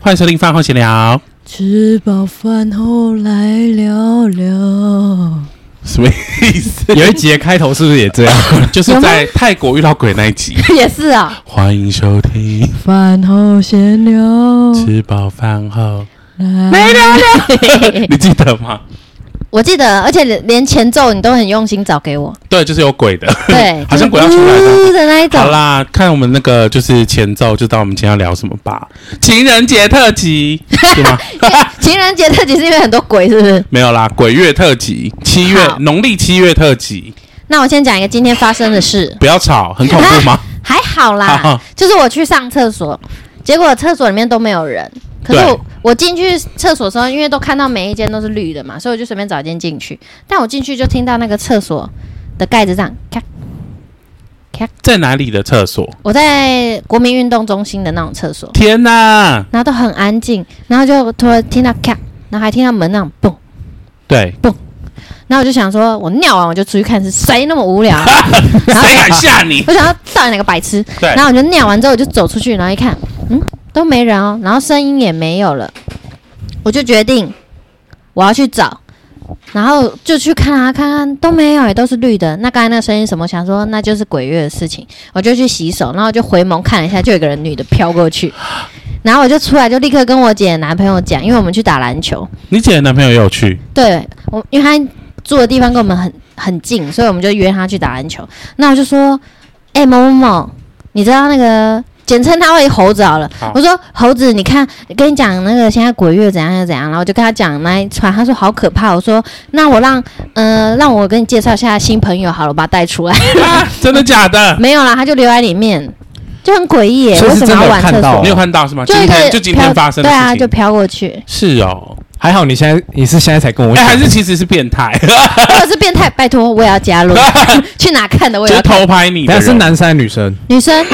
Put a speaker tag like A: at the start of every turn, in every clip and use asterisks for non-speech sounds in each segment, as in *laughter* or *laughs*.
A: 欢迎收听饭后闲聊，
B: 吃饱饭后来聊聊。
A: 什么意思？
C: 有一集的开头是不是也这样？
A: *laughs* 就是在泰国遇到鬼那一集。
D: *laughs*
B: 也是啊，
A: 欢迎收听
B: 饭后闲聊，
A: 吃饱饭后，
B: 没聊。
A: 你记得吗？
D: 我记得，而且连连前奏你都很用心找
A: *laughs*
D: 给我，
A: 对，就是有鬼的，
D: 对，
A: 好像鬼要出来
D: 就是
A: 的。
D: 呜的那一种
A: 好。
D: *laughs*
A: 啦，看我们那个就是前奏，就知道我们今天要聊什么吧。情人节特辑是吗？
D: 哎情人节特辑是因为很多鬼，是不是？
A: 没有啦，鬼月特辑，七月
D: 好
A: 农历七月特辑，
D: 那我先讲一个今天发生的事，
A: 不要吵，很恐怖吗？
D: 还好啦，
A: 好
D: 就是我去上厕所，结果厕所里面都没有人。可是
A: 对
D: 我我进去厕所的时候，因为都看到每一间都是绿的嘛，所以我就随便找一间进去。但我进去就听到那个厕所的盖子这样咔。
A: *laughs* 在哪里的厕所？
D: 我在国民运动中心的那种厕所，
A: 天哪！
D: 然后都很安静，然后就突然听到咔，然后还听到门那种嘣。
A: 对，
D: 然后我就想说，我尿完我就出去看是谁那么无聊、然后
A: 谁敢吓
D: *laughs*
A: 你？
D: 我想要到底哪个白痴？
A: 对
D: 然后我就尿完之后我就走出去，然后一看，嗯，都没人哦，然后声音也没有了，我就决定我要去找，然后就去看啊看看都没有，也都是绿的。那刚才那个声音什么？想说那就是鬼月的事情，我就去洗手，然后就回眸看了一下，就有一个人女的飘过去。然后我就出来，就立刻跟我姐的男朋友讲，因为我们去打篮球，
A: 你姐的男朋友也有去？
D: 对我，因为他住的地方跟我们很很近，所以我们就约他去打篮球。那我就说，哎、某某某，你知道那个简称他为猴子好了。
A: 好
D: 我说猴子，你看，跟你讲那个现在鬼月怎样怎样，然后我就跟他讲那一串，他说好可怕。我说那我让呃让我跟 *laughs* 你介绍一下新朋友好了，我把他带出来。
A: 啊真的假的？
D: 没有啦，他就留在里面，就很诡异耶，
C: 所以
D: 为
C: 是
D: 什
C: 真
D: 么要
C: 的有
D: 玩
C: 看
D: 厕
C: 到
D: 所？
A: 你有看到是吗？
D: 就
A: 今
D: 一
A: 天
D: 个
A: 就今天
D: 飘
A: 发生的
D: 对
A: 事
D: 啊，
A: 情，
D: 就飘过去，
A: 是哦，
C: 还好你现在你是现在才跟我
A: 哎、
C: 讲，
A: 还是其实是变态，
D: 或者是变态，拜托我也要
A: *laughs*
D: 加入，去哪看 *laughs* 的我
A: 就
D: 也
A: 是
D: 要
A: 偷拍你的
C: 但
A: 人。
C: 是男生还是女生？
D: 女生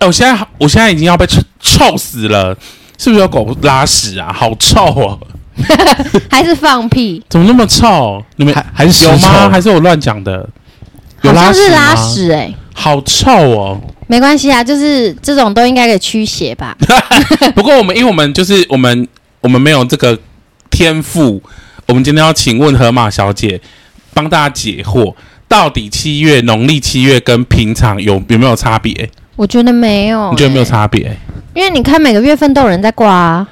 A: 哎、我现在好我现在已经要被臭臭死了，是不是有狗拉屎啊？好臭哦，
D: 还是放屁，
A: 怎么那么臭？你们
C: 还还是
A: 有
C: 尸臭
A: 吗？还是我乱讲的？
D: 好像是
A: 吗
D: 拉，屎哎、
A: 好臭哦！
D: 没关系啊，就是这种都应该给驱
A: *laughs*
D: 邪吧。
A: 不过我们因为我们就是我们我们没有这个天赋，我们今天要请问河马小姐帮大家解惑，到底七月农历七月跟平常有有没有差别？
D: 我觉得没有、
A: 你觉得没有
D: 欸？
A: 差别？
D: 因为你看每个月份都有人在挂
A: *laughs*
D: 啊，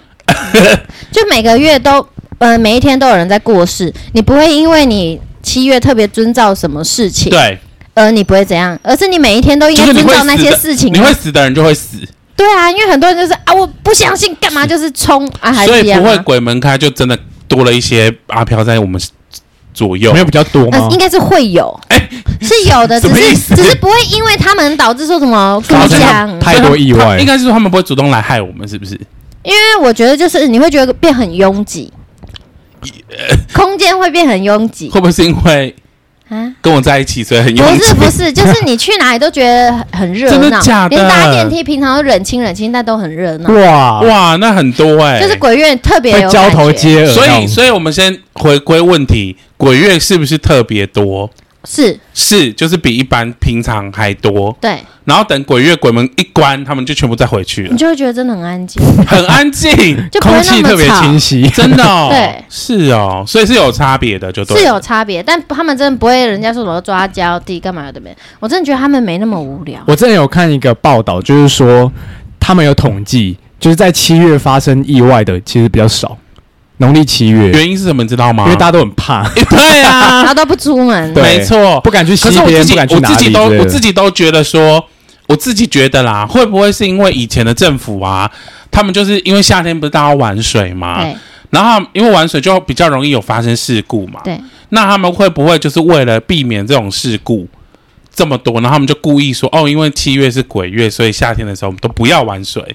D: 就每个月都呃每一天都有人在过世，你不会因为你七月特别遵照什么事情，
A: 对，
D: 而你不会怎样，而是你每一天都应
A: 就
D: 该
A: 是你
D: 遵
A: 会
D: 照那
A: 死
D: 些
A: 的
D: 事情
A: 你
D: 啊、
A: 会死的人就会死，
D: 对啊，因为很多人就是啊，我不相信，干嘛就是冲啊，还
A: 所
D: 是
A: 以
D: 一样
A: 不
D: 啊、
A: 会鬼门开就真的多了一些阿飘在我们左右哎
C: 没。有比较多吗
D: 呃，？应该是会有，是有
A: *laughs*
D: 的，
A: 什
D: 只
A: 么意
D: 是
A: 思
D: 只是不会因为他们导致说什么故
C: 发生
D: 乡，
C: 太多意
A: 他
C: 外
A: 应，该是说他们不会主动来害我们，是不是？
D: 因为我觉得就是你会觉得变很拥挤，
C: 呃
D: 空间会变很拥挤
A: 会不会是因为
D: 啊。
A: 跟我在一起，所以很
D: 不
A: 拥挤？
D: 是不
C: *laughs*
D: 是，就是你去哪里都觉得很很热
A: 真的
D: 闹，
A: 假的
D: 连搭电梯平常都冷清冷清，但都很热闹，
C: 哇，
A: 哇，那很多哎、
D: 就是鬼月特别
C: 会
D: 有
C: 交头
D: 感觉
C: 接耳那种，
A: 所以，所以我们先回归问题，鬼月是不是特别多？
D: 是
A: 是，就是比一般平常还多。
D: 对，
A: 然后等鬼月鬼门一关，他们就全部再回去
D: *laughs*
A: 了
D: 你，就会觉得真的很安静，
A: 很安
C: *laughs*
A: 静，
D: 就不会
C: 空
D: 那
C: 气特
D: 么
C: 别
D: 吵，
C: 清晰， *laughs*
A: 真的哦。
D: *laughs* 对
A: 是哦，所以是有差别的，就对了。
D: 是哦有差别，但他们真的不会，人家说什么抓交替干嘛的没，我真的觉得他们没那么无聊。
C: 我之前有看一个报道，就是说他们有统计，就是在七月发生意外的其实比较少，农历七月，
A: 原因是什么，你知道吗？
C: 因为大家都很怕，
A: *laughs* 对啊，
D: 然后都不出门，
C: *laughs* 对
A: 没错。
C: 不敢去西
A: 可是我自
C: 边，
A: 己
C: 不敢去
A: 我
C: 哪
A: 自己
C: 里
A: 都
C: 之类
A: 我
C: 的
A: 自己都觉得说，我自己觉得啦，会不会是因为以前的政府啊，他们就是因为夏天不是大家玩水嘛，
D: 对
A: 然后他们因为玩水就比较容易有发生事故嘛，
D: 对，
A: 那他们会不会就是为了避免这种事故？这么多，然后他们就故意说哦，因为七月是鬼月，所以夏天的时候我们都不要玩水。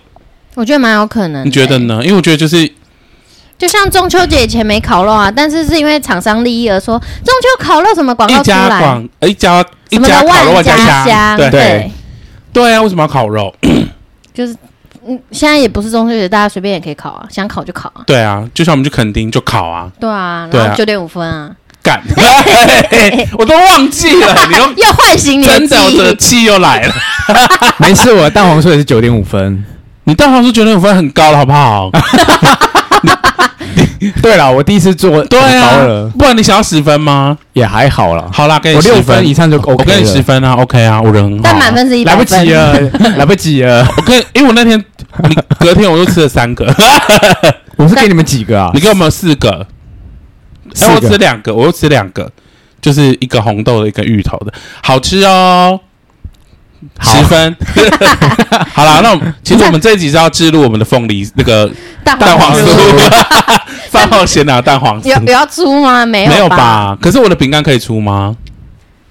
D: 我觉得蛮有可能的。
A: 你觉得？呢？因为我觉得就是
D: 就像中秋节以前没烤肉啊，但是是因为厂商利益而说中秋烤肉什么广
A: 一
D: 告出
A: 家
D: 来，
A: 广呃一家一
D: 什么
A: 家
D: 的
A: 烤肉万
D: 家
A: 香，对
C: 对
D: 对，
A: 对啊，为什么要烤肉？
D: 就是嗯，现在也不是中秋节，大家随便也可以烤啊，想烤就烤啊。
A: 对啊，就像我们去垦丁就烤
D: *laughs*
A: 啊，
D: 对啊，
A: 对啊
D: 然后九点五分啊，
A: 干， *laughs* 我都忘记了，你又
D: 又唤醒你
A: 真
D: 记
A: 的我的
D: 忆。
A: 气又来了。
C: 每次我的蛋黄酥也是九点五分，对了，我第一次做
A: *laughs* 对
C: 很高
A: 啊
C: 了，，
A: 不然你想要十分吗？
C: 也还好啦。
A: 好啦，给你
C: 我六
A: 10
C: 分以上就 OK 了
A: 哎我给你十分啊，OK 啊，我人很好啊
D: 但满分是一百
C: 来
D: 分，
C: 不及了， *laughs* 来不及啊了。
A: 我可以，因为我那天你隔天我又吃了三
C: *laughs*
A: 个，
C: 我是给你们几个啊
A: 你？给我们四个，
C: 四
A: 哎，我吃
C: 个
A: 两个，我又吃两个，就是一个红豆的，一个芋头的，好吃哦。
C: 好
A: 十
C: *laughs*
A: 分，好啦，那我们其实我们这一集是要记录我们的凤梨那个
D: 蛋
A: 蛋黄酥
D: 酥， *laughs*
A: 饭后闲聊蛋黄
D: 有
A: 酥，
D: 有要出吗？没有
A: 没有？吧？可是我的饼干可以出吗？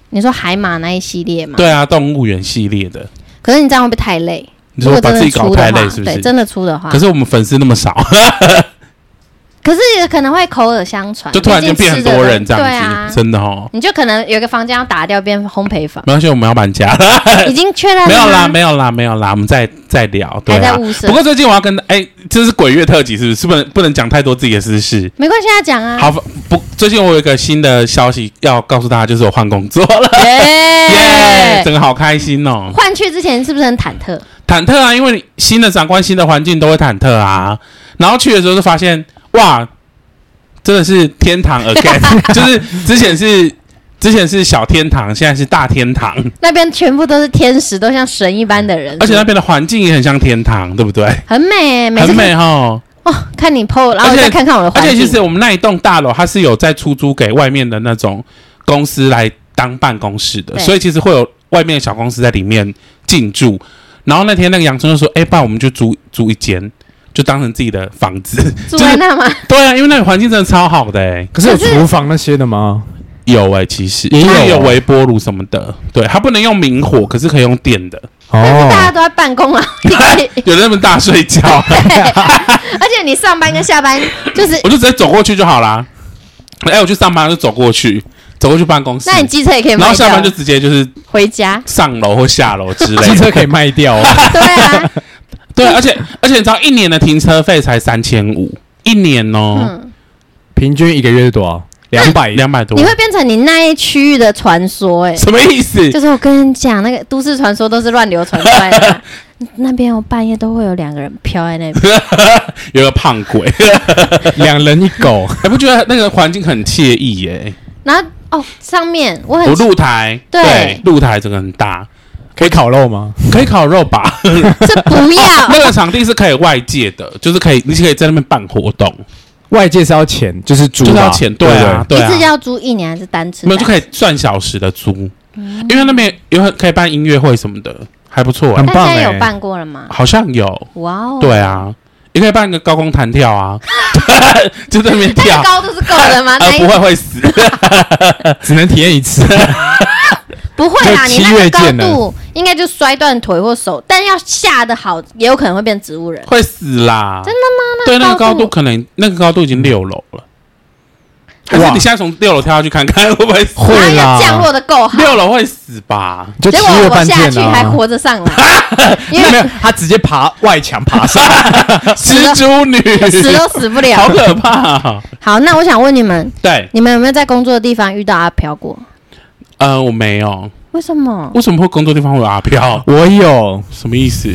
D: 你说海马那一系列吗？
A: 对啊，动物园系列的，
D: 可是你这样会不会太累？
A: 你
D: 如
A: 说
D: 果
A: 把
D: 真
A: 自
D: 的
A: 己搞
D: 出的
A: 太
D: 话，
A: 累是不
D: 对，
A: 是？
D: 真的出的话，
A: 可是我们粉丝那么少，
D: 可是可能会口耳相传，
A: 就突然间变很多人这
D: 毕竟啊吃的
A: 样子，
D: 对啊，
A: 真的哦。
D: 你就可能有一个房间要打掉变烘焙房，
A: 没关系，我们要搬
D: *laughs*
A: 家
D: 已经确认了
A: 哎没有啦，
D: 吗
A: 没有啦，没有啦，我们再再聊。对
D: 还在
A: 啊，
D: 物色
A: 不过最近我要跟哎，这是鬼月特辑，是不是？是不能不能讲太多自己的私事。
D: 没关系，要讲啊。
A: 好，不，最近我有一个新的消息要告诉大家，就是我换工作了，耶，
D: *laughs*
A: *laughs*
D: 耶
A: 真的好开心哦，
D: 哎换去之前是不是很忐忑？
A: 忐忑啊，因为你新的长官、新的环境都会忐忑啊。然后去的时候就发现，哇，真的是天堂
D: *laughs*
A: again，就是之前是之前是小天堂，现在是大天堂。
D: 那边全部都是天使，都像神一般的人，
A: 而且那
D: 是不
A: 边的环境也很像天堂，对不对？
D: 是很美，每次
A: 很
D: 看
A: 美哈。
D: 哦。看你 PO，然后
A: 而且
D: 再看看我的
A: 而
D: 环
A: 且其
D: 境
A: 实，我们那一栋大楼，它是有在出租给外面的那种公司来当办公室的，
D: 对
A: 所以其实会有外面的小公司在里面进驻。然后那天那个杨春就说：“哎、不然我们就租租一间，就当成自己的房子。 *laughs*
D: 住
A: 就
D: 在
A: 是
D: 那吗？”
A: 对啊，因为那个环境真的超好的、哎，
C: 可是有
D: 可是
C: 厨房那些的吗？
A: 有哎、其实
C: 也有
A: 它
C: 哦
A: 有微波炉什么的，对，它不能用明火，可是可以用电的。
D: 但是 *laughs* 大家
C: 哦，
D: 都在办公啊，
A: *laughs* 有那么大睡觉，
D: *laughs* 而且你上班跟下班就是
A: *laughs* 我就直接走过去就好啦。哎、我去上班就走过去，走过去办公室，
D: 那你机车也可以卖掉，
A: 然后下班就直接就是。
D: 回家
A: 上楼或下楼之类 *laughs*
C: 机
A: 的。
C: 车可以卖掉哦。
D: *laughs* 对
A: *laughs*
D: 啊，
A: 对，而且而且你知道，一年的停车费才三千五，一年哦，
D: 嗯，
C: 平均一个月是多少？两百
A: 两百多
D: 你，会变成你那一区域的传说，哎，
A: *laughs* 什么意思？
D: *laughs* 就是我跟你讲，那个都市传说都是乱流传出来的
C: *laughs*
D: 啊。那边我半夜都会有两个人飘在那边，
A: 有个胖 *laughs* 鬼，
C: 两人一
A: *laughs*
C: 狗，
A: 你不觉得那个环境很惬意耶？
D: 然后哦，上面我
A: 我
D: 很
A: 露台，
D: 对
A: 对，露台整个很大，
C: 可以烤肉吗？
A: *laughs* 可以烤肉
D: *laughs*
A: 吧？
D: *laughs* 这不要，
A: *laughs* 那个场地是可以外借的，就是可以，你是可以在那边办活动，
C: 外界是要钱，就是租
A: 就
C: 吧，
A: 是要钱，
C: *laughs* 对
A: 对
C: 不
A: 啊，，对
D: 一次
A: 啊，
D: 要租一年还是单次？
A: 没有就可以算小时的租，
D: 嗯
A: 因为那边有可以办音乐会什么的，还不错
C: 很
A: 哎，
D: 那
C: 棒
D: 现在
C: 欸
D: 有办过了吗？
A: 好像有，
D: 哇哦，
A: 对，啊，也可以办个高空弹跳啊， *laughs* 就在那边
D: *laughs* 那
A: 跳
D: 个，高度是够的
C: *laughs*
D: 吗？
A: 呃
D: 那，一
A: 不会会死。
C: 只能体验一
A: *laughs*
C: 次。
D: 不会啦，
C: 就
D: 你
C: 七
D: 那
C: 月
D: 个高
C: 见了
D: 度应该就摔断腿或手，但要下的好，也有可能会变植物人。
A: 会死啦！真的吗？对，
D: 那
A: 那个
D: 个
A: 高
D: 高
A: 度
D: 度
A: 可能那个高度已经六楼了，还是
C: 哇
A: 你现在从六楼跳下去看 *laughs* 看会不会死？
C: 会
D: 然后要
C: 啦
D: 降落的够好，
A: 六楼会死吧？
C: 就七
D: 结果
C: 月
D: 我
C: 半
D: 下
C: 见
D: 去还
C: 啊，
D: 活着上来，因
C: *laughs* 没
D: 为
C: 有，他直接爬外墙爬上来，
D: *laughs*
C: *laughs*
A: 蜘蛛女，
D: 死都死不
A: 好
D: 了。
A: 可怕、哦！
D: 好，那我想问你们，
A: 对，
D: 你们有没有在工作的地方遇到阿飘过？
A: 呃，我没有，
D: 为什么？
A: 为什么会工作地方会有阿飘？
C: 我有，
A: 什么意思？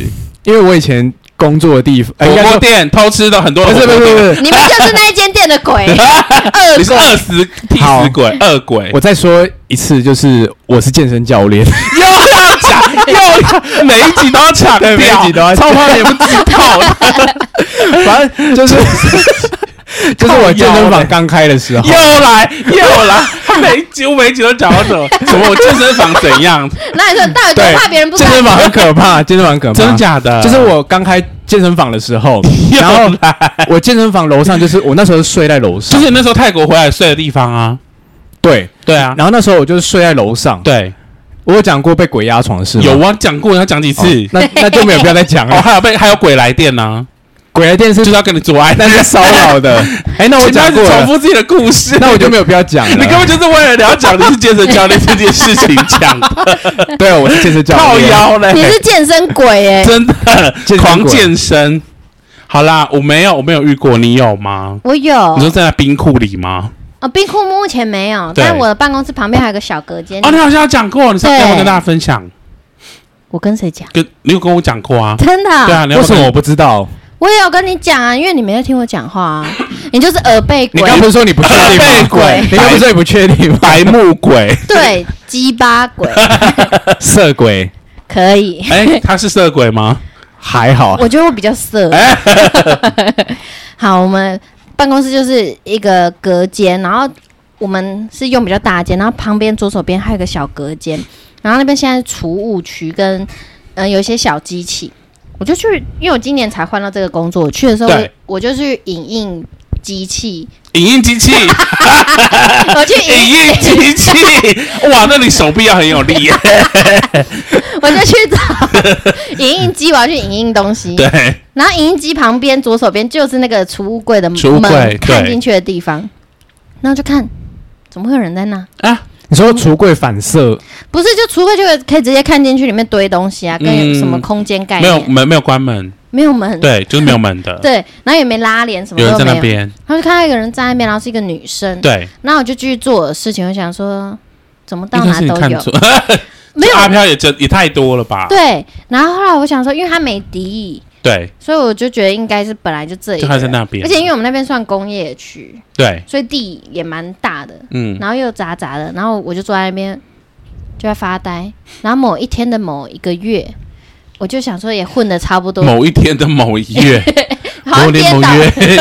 C: 因为我以前工作的地方，哎，应
A: 火
C: 该
A: 锅
C: 说
A: 店偷吃的很多
C: 不
A: 的火
C: 是不
A: 锅
C: 是不
A: 店，
C: 是不是，
D: 你们就是那一间店的
A: *laughs*
D: 鬼，
A: 你
D: 恶
A: 是
D: 鬼。
A: 饿死替死鬼，恶鬼。
C: 我再说一次，就是我是健身教练，
A: 又要抢，又要每一集都要抢掉，
C: 对每 *laughs* 一集都要抢
A: 超怕你们知道的，
C: 反
A: *laughs*
C: 正就是就是我健身
A: 欸
C: 房刚开的时候，
A: 又来又来，每一集我每一集都讲到什么什么我健身房怎样，
D: 那你说到底多怕别人不
C: 健
D: 敢
C: 身？房很可怕，健身房很
A: *laughs*
C: 可怕，
A: 真的假的？
C: 就是我刚开健身房的时候，
A: *laughs* 又
C: 然后
A: 来，
C: 我健身房楼上就是我那时候睡在楼
A: 就
C: 上，
A: 是那时候泰国回来睡的地方啊，
C: 对，
A: 对啊，
C: 然后那时候我就是睡在楼上，
A: 对，
C: 我有讲过被鬼压床的事吗，
A: 有我讲过，要讲几次
C: 哦，那那就没有必要再讲
A: *laughs* 哦，
C: 了。
A: 还有被还有鬼来电呢，
C: 鬼来电视
A: *laughs* 就是要跟你做爱，
C: 那是骚
A: *laughs*
C: 扰的，哎，那我
A: 请不要一
C: 讲过
A: 直重
C: 了，
A: 复自己的故事，
C: 那我就没有必要讲
A: *laughs* 你根
C: 了。
A: 本就是为了你要 *laughs* 讲你是健身教练这件事情讲的，
C: 对，我是健身教
A: 靠
C: 练，
A: 腰嘞，
D: 你是健身鬼哎！
A: 真的
C: 健
A: *laughs*
C: 身鬼
A: 狂健身。好啦，我没有，我没有遇过，你有吗？
D: 我有
A: 你说在冰库里吗？
D: 哦，冰库目前没有，
A: 对
D: 但我的办公室旁边还有个小隔间
A: 哦，，你好像有讲过，你上次
D: 哦对
A: 有没有跟大家分享？
D: 我跟谁讲？
A: 跟你有跟我讲过啊？
D: 真的、
A: 对啊，你要
C: 为
A: 不
C: 什
A: 要
C: 么我不知道？
D: 我也有跟你讲啊，因为你没在听我讲
A: *laughs*
D: 话啊，你就是耳背
C: 你
D: 鬼，
C: 刚不是说你不确定
A: 背
C: 吗？
A: 鬼
C: 你刚不是说你不确定吗？
A: 白目鬼？
D: 对，鸡巴
A: *laughs*
D: 鬼，
C: *laughs* 色鬼
D: 可以。
A: 哎，他是色鬼吗？
C: 还
A: 啊
C: 好，啊
D: 我觉得我比较色。
A: 哎
D: *laughs* 好，我们办公室就是一个隔间，然后我们是用比较大的间，然后旁边左手边还有一个小隔间，然后那边现在是储物区跟嗯、呃有一些小机器。我就去，因为我今年才换到这个工作，我去的时候
A: 对
D: 我就去影印机
A: *laughs*
D: 器，
A: 影印
D: *laughs*
A: 机器，
D: 我去
A: 影
D: 影
A: 印机器，哇，那你手臂要很有力耶。
D: *laughs*
A: 啊
D: 我就去找 *laughs* 影印机，我要去影印东西。
A: 对，
D: 然后影印机旁边左手边就是那个储物柜的门，
A: 储物柜对
D: 看进去的地方，然后就看怎么会有人在那？
C: 你说橱柜反射，
D: 不是，就储物柜就可以直接看进去里面堆东西啊，跟
A: 嗯
D: 有什么空间概
A: 没
D: 念、啊
A: 有门，没有关门，
D: 没有门，
A: 对，就是没有门的。
D: 嗯对然后也没拉帘，什么
A: 有人
D: 都
A: 在
D: 没
A: 那
D: 有。
A: 边，
D: 然后就看到一个人站在那边，然后是一个女生，
A: 对，
D: 然后我就继续做我的事情，我想说怎嗯么到
A: 应该
D: 哪
A: 是你啊
D: 都
A: 看
D: 有，
A: 错， *laughs*
D: 没有
A: 阿飘也真也太多了吧？
D: 对。然后后来我想说，因为他没敌意，
A: 对，
D: 所以我就觉得应该是本来就这里
A: 就
D: 的
A: 他在
D: 人，
A: 那边，
D: 而且因为我们那边算工业区，
A: 对，
D: 所以地也蛮大的，
A: 嗯，
D: 然后又杂杂的，然后我就坐在那边就在发呆。然后某一天的某一个月，我就想说也混的差不多，
A: 某一天的某一月，
D: *laughs* 好像
A: 某
D: 跌
A: 年某
D: 倒。
A: 月，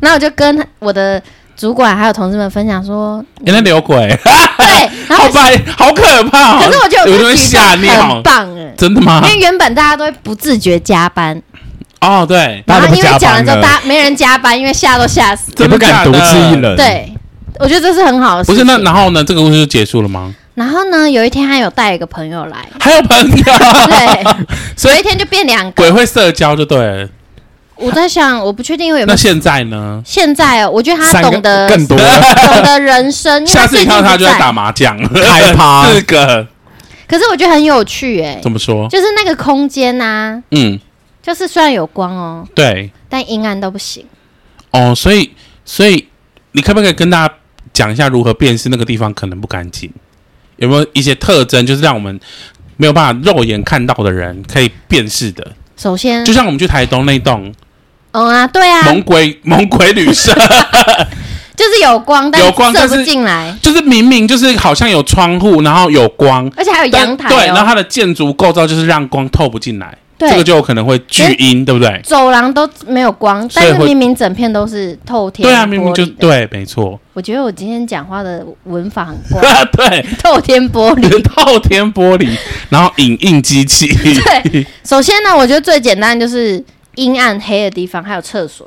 D: 然后我就跟我的主管还有同事们分
A: *laughs*
D: 享说，
A: 原来有鬼，
D: 对，然后
A: 好
D: 我
A: 白，好可怕哦！
D: 嗯可是我觉得
A: 有
D: 我
A: 人会
D: 这举动
A: 吓 *laughs*
D: 很
A: 尿，
D: 棒哎。
A: 真的吗
D: 因？为原本大家都会不自觉加班，
A: 哦，对，
C: 大
D: 然后
C: 家都不
D: 因为
C: 加
D: 讲了
C: 班
D: 之后，大
C: 了，
D: 家没人加班，因为吓都吓死。
C: 也
A: 真
C: 不
A: 的
C: 敢独
A: 假
C: 自
A: 的
C: 一人。，
D: 对，我觉得这是很好的
A: 嗯
D: 事
A: 不
D: 情。
A: 是那然后呢？这个故事就结束了吗？
D: 然后呢，有一天他有带一个朋友来，
A: 还有朋
D: *laughs*
A: 友， *laughs*
D: 对，所以有一天就变两个。
A: 鬼会社交就对了。
D: 我在想，我不确定有没
A: 那
D: 有。
A: 现在呢？
D: 现在哦我觉得他
C: 三个
D: 懂得
C: 更多
D: *laughs* 懂得
A: *laughs*
D: 人生，因为
A: 下次你看到他
D: 他最
A: 就
D: 近
A: 在
D: 不
A: 打。麻将，
C: 开趴
A: *laughs* 四个
D: 可是我觉得很有趣哎、
A: 怎么说？
D: 就是那个空间呐、
A: 嗯，
D: 就是虽然有光哦，
A: 对，
D: 但阴暗都不行。
A: 哦，所以所以你可不可以跟大家讲一下如何辨识那个地方可能不干净？有没有一些特征，就是让我们没有办法肉眼看到的人可以辨识的？
D: 首先
A: 就，像我们去台东那栋
D: 嗯啊，对啊，
A: 猛鬼 *laughs* 猛鬼旅
D: *laughs*
A: 社，
D: 就是有光，但
A: 有光
D: 射
A: 但
D: 不
A: 是
D: 进来，
A: 就是明明就是好像有窗户，然后有光，
D: 而且还有
A: 但
D: 阳台、哦、
A: 对，然后它的建筑构造就是让光透不进来，
D: 对
A: 这个就有可能会聚阴，对不对？
D: 走廊都没有光，
A: 所
D: 但
A: 以会
D: 是明明整片都是透天
A: 对啊，
D: 玻璃
A: 明明就
D: 的。
A: 对，没错，
D: 我觉得我今天讲话的文法很怪，
A: *laughs*
D: *laughs*
A: 对，
D: 透天玻璃。
A: 透天玻璃，然后影印机
D: *laughs*
A: 器，
D: 对，首先呢，我觉得最简单就是阴暗黑的地方，还有厕所。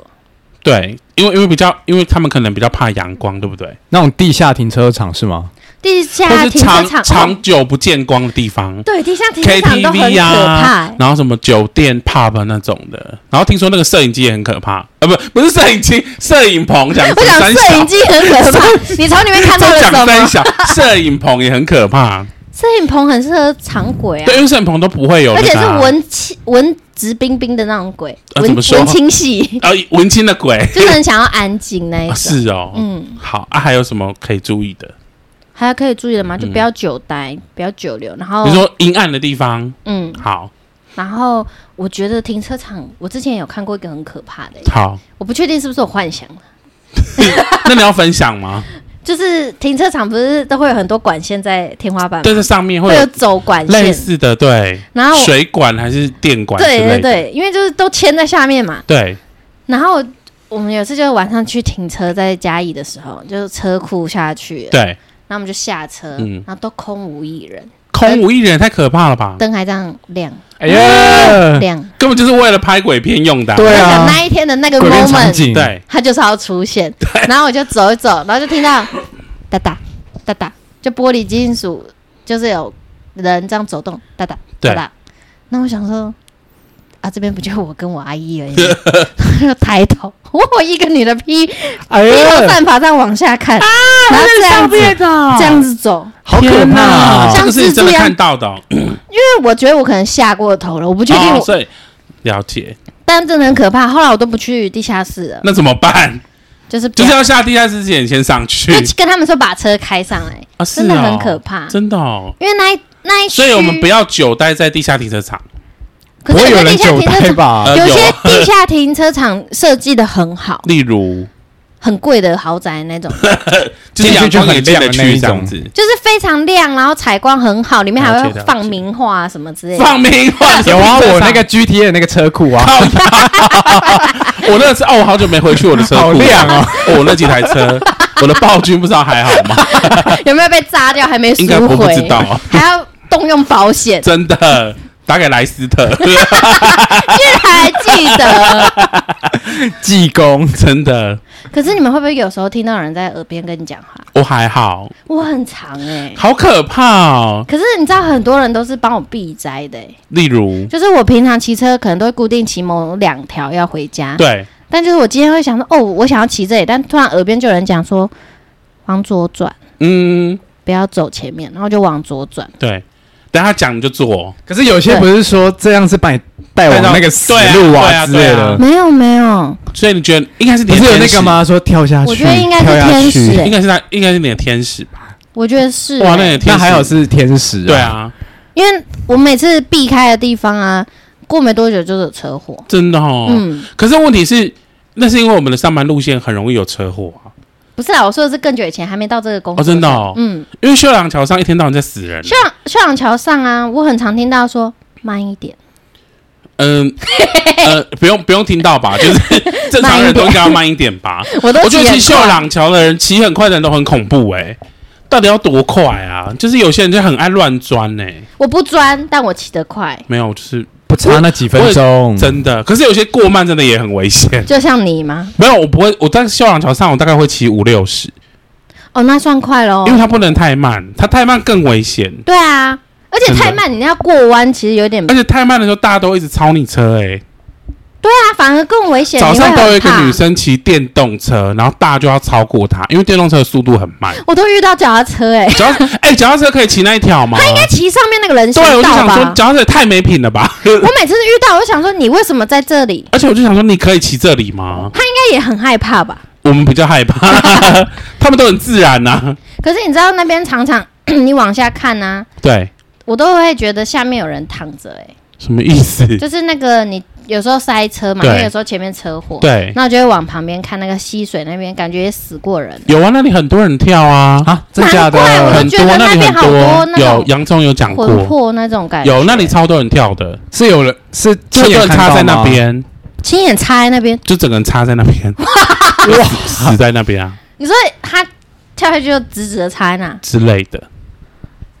A: 对，因为因为比较，因为他们可能比较怕阳光，对不对？
C: 那种地下停车场是吗？
D: 地
A: 或
D: 下
A: 是
D: 停车
A: 长
D: 场，哦、
A: 长久不见光的地方
D: 对地下停车场都很可
A: ，KTV
D: 怕、欸
A: 啊，然后什么酒店、pub 那种的，然后听说那个摄影机也很可怕，啊，不，不是摄影机，摄影棚讲
D: *laughs* 我想
A: 三
D: 摄影
A: 小，
D: 机很可怕，
A: *laughs*
D: 你从里面看到了
A: 这
D: 什
A: 讲三
D: 么？
A: 小，摄影棚也很可怕，
D: 摄影棚很适合藏鬼啊
A: 对，，因为摄影棚都不会有、那
D: 而且
A: 个
D: 是
A: 啊
D: 文气文质彬彬的那种鬼，
A: 啊
D: 文
A: 怎么说
D: 文
A: *laughs*
D: 青系，
A: 呃文青的鬼，
D: 就是很想要安静那一
A: 啊
D: 种。
A: 是哦，
D: 嗯，
A: 好啊，还有什么可以注意的？
D: 还有可以注意的吗？就不要久待，不要久留。然后
A: 嗯你，说阴暗的地方，
D: 嗯，
A: 好
D: 然后我觉得停车场，我之前有看过一个很可怕的， *laughs*
A: 好，
D: 我不确定是不是我幻想的，
A: 那你要分享吗？
D: 就是停车场不是都会有很多管线在天花板吗，
A: 对，这上面会
D: 会有
A: 有
D: 走管
A: 类
D: 线，
A: 似的，对，
D: 然后我
A: 水管还是电管之
D: 对
A: 类
D: 对
A: 的，
D: 对，因为就是都牵在下面嘛。
A: 对，
D: 然后我们有一次就是晚上去停车，在嘉义的时候，就是车库下去了，
A: 对，
D: 然后我们就下车，
A: 嗯
D: 然后都空无一人，
A: 空无一人太可怕了吧？
D: 灯还这样亮
C: 哎呀，
D: 亮。
A: 根本就是为了拍鬼片用嗯的啊、
C: 对
D: 我想
C: 啊，
D: 那一天的那个
C: 鬼片场
D: moment，
C: 景，
A: 对，
D: 他就是要出现。然后我就走一走，然后就听到哒哒哒哒，就玻璃金属就是有人这样走动，哒哒哒哒。那我想说。啊，这边不就我跟我阿姨
A: *laughs*
D: 而已吗？就抬头，我一个女的披披
C: 哎
D: 头
C: 呀，
D: 散发这样往下
A: 啊
D: 看，然后这样子这样子走，
C: 好可
A: 天
C: 怕
A: 哪
C: 啊
A: 哦这！个是你真
D: 像蜘蛛
A: 的
D: 一样
A: 看到的哦、
D: 因为我觉得我可能吓过头了，我不确定
A: 哦
D: 我，
A: 所以了解，
D: 但真的很可怕。后来我都不去地下室了，
A: 那怎么办？ *laughs*
D: 就是不
A: 就
D: 要
A: 是要下地下室之前先上去
D: 就跟他们说把车开上来，
A: 啊，是
D: 真的
A: 哦
D: 很可怕。
A: 真的哦，
D: 因为那一那一区，
A: 所以我们不要久待在地下停车场。
D: 可
C: 不
D: 是
C: 会有
D: 有
C: 人
D: 些地下
C: 久
D: 停
C: 待
D: 车场，
C: 吧？
A: 呃
D: 有
A: 有
D: 些
A: 啊
D: 地下停车场设计的很好， *laughs*
A: 例如，
D: 很贵的豪宅那种， *laughs*
A: 就是阳光也进得
C: 进去就很亮的那
A: 去
C: 一
A: 这
C: 种
A: 样子。
D: 就是非常亮，然后采光很好，里面还
A: 了
D: 会
A: 解了解
D: 放名画啊什么之类的。
A: 放明话
D: *laughs*
C: 有啊，我那个 GTA 的那个车库啊，
A: 我那次哦，我好久没回去我的车库，
C: 好亮
A: *laughs*
C: 哦！
A: 我那几台车，我的暴君不知道还好吗？ *laughs*
D: 有没有被炸掉？还没
A: 应该
D: 赎
A: 我不
D: 回，
A: 知道啊，
D: 还要动用保
A: *laughs*
D: 险，
A: 真的打给莱斯 *laughs* 特，
D: 居然还记得。 *laughs*
C: 济公。
A: 真的
D: 可是你们会不会有时候听到有人在耳边跟你讲话？
A: 我还好，
D: 我很长哎、
A: 好可怕哦。
D: 可是你知道很多人都是帮我避灾的、欸，
A: 例如，
D: 就是我平常骑车可能都会固定骑某两条要回家，
A: 对，
D: 但就是我今天会想说，哦，我想要骑这里，但突然耳边就有人讲说往左转，
A: 嗯，
D: 不要走前面，然后就往左转。
A: 对，等他讲你就做，
C: 可是有些不是说这样是把你带往那个死路啊之类
A: 对啊对啊
C: 的，
D: 没有没有，
A: 所以你觉得应该是
C: 不
A: 你的
C: 是有那
A: 天使
C: 个？吗？说跳下去，
D: 我觉得应该是
C: 跳下
D: 天使
C: 去
D: 欸
A: 应该是他，应该是你的天使吧？
D: 我觉得是、
A: 哇，
D: 欸
A: 那你的天
C: 那
A: 使
C: 还好是天使，
A: 对，啊，
D: 因为我每次避开的地方啊，过没多久就有车祸。
A: 真的哦。
D: 嗯，
A: 可是问题是，那是因为我们的上班路线很容易有车祸啊，
D: 不是啊，我说的是更久以前，还没到这个工
A: 哦
D: 作。
A: 真的哦
D: 嗯，
A: 因为秀朗桥上一天到晚在死人。
D: 秀朗秀朗桥上啊，我很常听到说慢一点，
A: 嗯，呃，不用不用听到吧，就是正常人都应该要慢一点吧。
D: 我都
A: 我觉得
D: 骑
A: 骑秀
D: 很快
A: 朗桥的人骑很快的人都很恐怖哎、到底要多快啊？就是有些人就很爱乱钻哎、
D: 我不钻，但我骑得快，
A: 没有，就是
C: 不差那几分钟，
A: 真的。可是有些过慢真的也很危险。 *laughs*
D: 就像你吗？
A: 没有，我不会，我在秀朗桥上我大概会骑五六十，
D: 哦，那算快喽
A: 因。为它不能太慢，它太慢更危险。
D: 对啊，而且
A: 真的
D: 太慢，你要过弯，其实有点
A: 而且太慢的时候，大家都一直超你车哎、
D: 对啊，反而更危险。
A: 早上
D: 你会
A: 都有一
D: 很
A: 个
D: 怕
A: 女，生骑电动车，然后大家就要超过她，因为电动车的速度很
D: *laughs*
A: 慢。
D: 我都遇到脚踏车哎、欸，
A: 脚踏哎，脚踏车可以骑那一条吗？
D: 他应该骑上面那个人行
A: 对，我就
D: 道
A: 想说
D: 吧？
A: 脚踏车也太没品了吧。
D: 我每次遇到，我就想说你为什么在这里？
A: 而且我就想说，你可以骑这里吗？
D: 他应该也很害怕吧？
A: 我们比较害
C: *laughs*
A: 怕，他们都很自然呐、啊
D: 可是你知道那边常 *clears throat* 常你往下看呢、
A: 对，
D: 我都会觉得下面有人躺着哎、
A: 什么意思？
D: 就是那个你有时候塞车嘛，
A: 嗯对
D: 因为有时候前面车祸，
A: 对，
D: 那我就会往旁边看那个溪水那边，感觉也死过人。
A: 有啊，那里很多人跳啊，
C: 啊，真假的
D: 难怪我
A: 很
D: 就
A: 多
D: 觉得
A: 里很
D: 那边好多那种
A: 有洋葱有讲
D: 魂
A: 过，
D: 魄那种感觉，
A: 有那里超多人跳的，
C: 是有人是
A: 就有人
C: 看
A: 插
C: 到
A: 在
C: 吗
A: 那，边，
D: 亲眼插在那边。
A: 就整个人插在那
C: *laughs*
A: 边，哇，死在那边啊
D: 你说欸他跳下去就直直的插在那，
A: 之类的。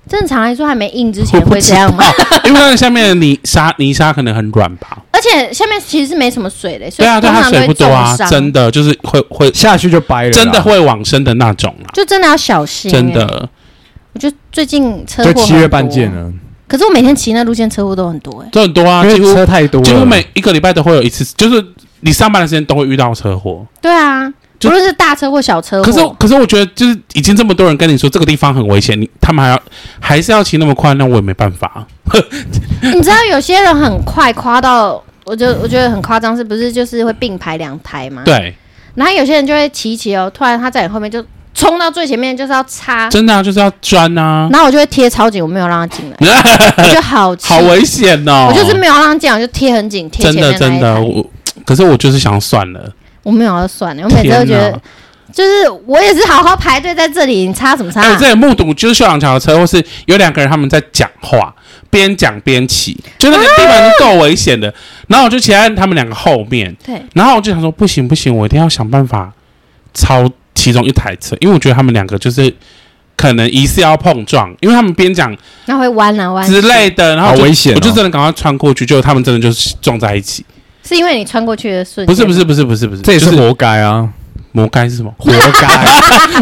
D: 正常来说还没硬之
A: 我
D: 前
A: 不
D: 会
A: 知
D: 这样吗？
A: 道？ *laughs* 因为那个下面的泥沙泥沙可能很软吧？
D: 而且下面其实是没什么水的，所
A: 对
D: 以
A: 啊，对
D: 通
A: 啊，它
D: 常都
A: 水
D: 会
A: 不多啊
D: 重，伤，
A: 真的就是会会
C: 下去就掰了啦，
A: 真的会往生的那种啦，
D: 就真的要小心、欸
A: 真，的。
D: 我觉得最近车祸
C: 就
D: 很多欸
C: 七月半见，了，
D: 可是我每天骑那路线车祸都很多哎、
A: 这很多啊，
C: 因
A: 几
C: 为
A: 乎
C: 车太多了，
A: 几乎每一个礼拜都会有一次，就是你上班的时间都会遇到车祸。
D: 对啊，
A: 就
D: 无论是大车或小车祸，
A: 可是可是我觉得就是已经这么多人跟你说这个地方很危险，你他们还要还是要骑那么快，那我也没办法。
D: 你知道有些人很快夸到，我就我觉得很夸张，是不是就是会并排两台嘛？。
A: 对，
D: 然后有些人就会骑一骑哦，突然他在你后面就冲到最前面，就是要插，
A: 真的啊，就是要钻啊，
D: 然后我就会贴超紧，我没有让他进来，我就好
A: *laughs*
D: 气
A: 好危险哦！
D: 我就是没有让他进来，我就贴很紧，贴前
A: 真
D: 面那
A: 的
D: 一
A: 真的，
D: 台
A: 我可是我就是想算了，
D: 我没有要算欸了，我每次都觉
A: 天
D: 得
A: 哪。
D: 就是我也是好好排队在这里，你插什么插、
A: 哎、我这里目睹就是秀朗桥的车，或是有两个人他们在讲话，边讲边骑，就那个地方已经够危险的。然后我就骑在他们两个后面，
D: 对，
A: 然后我就想说，不行不行，我一定要想办法超其中一台车，因为我觉得他们两个就是可能疑似要碰撞，因为他们边讲
D: 那会弯来弯去
A: 之类的，然后我就
C: 好危险哦
A: 我就真的赶快穿过去，结果他们真的就是撞在一起。
D: 是因为你穿过去的瞬间，
A: 不是不，是不是不是不是，
C: 这也是
A: 就是
C: 活该啊，
A: *laughs* 魔该是什么？
C: 活该，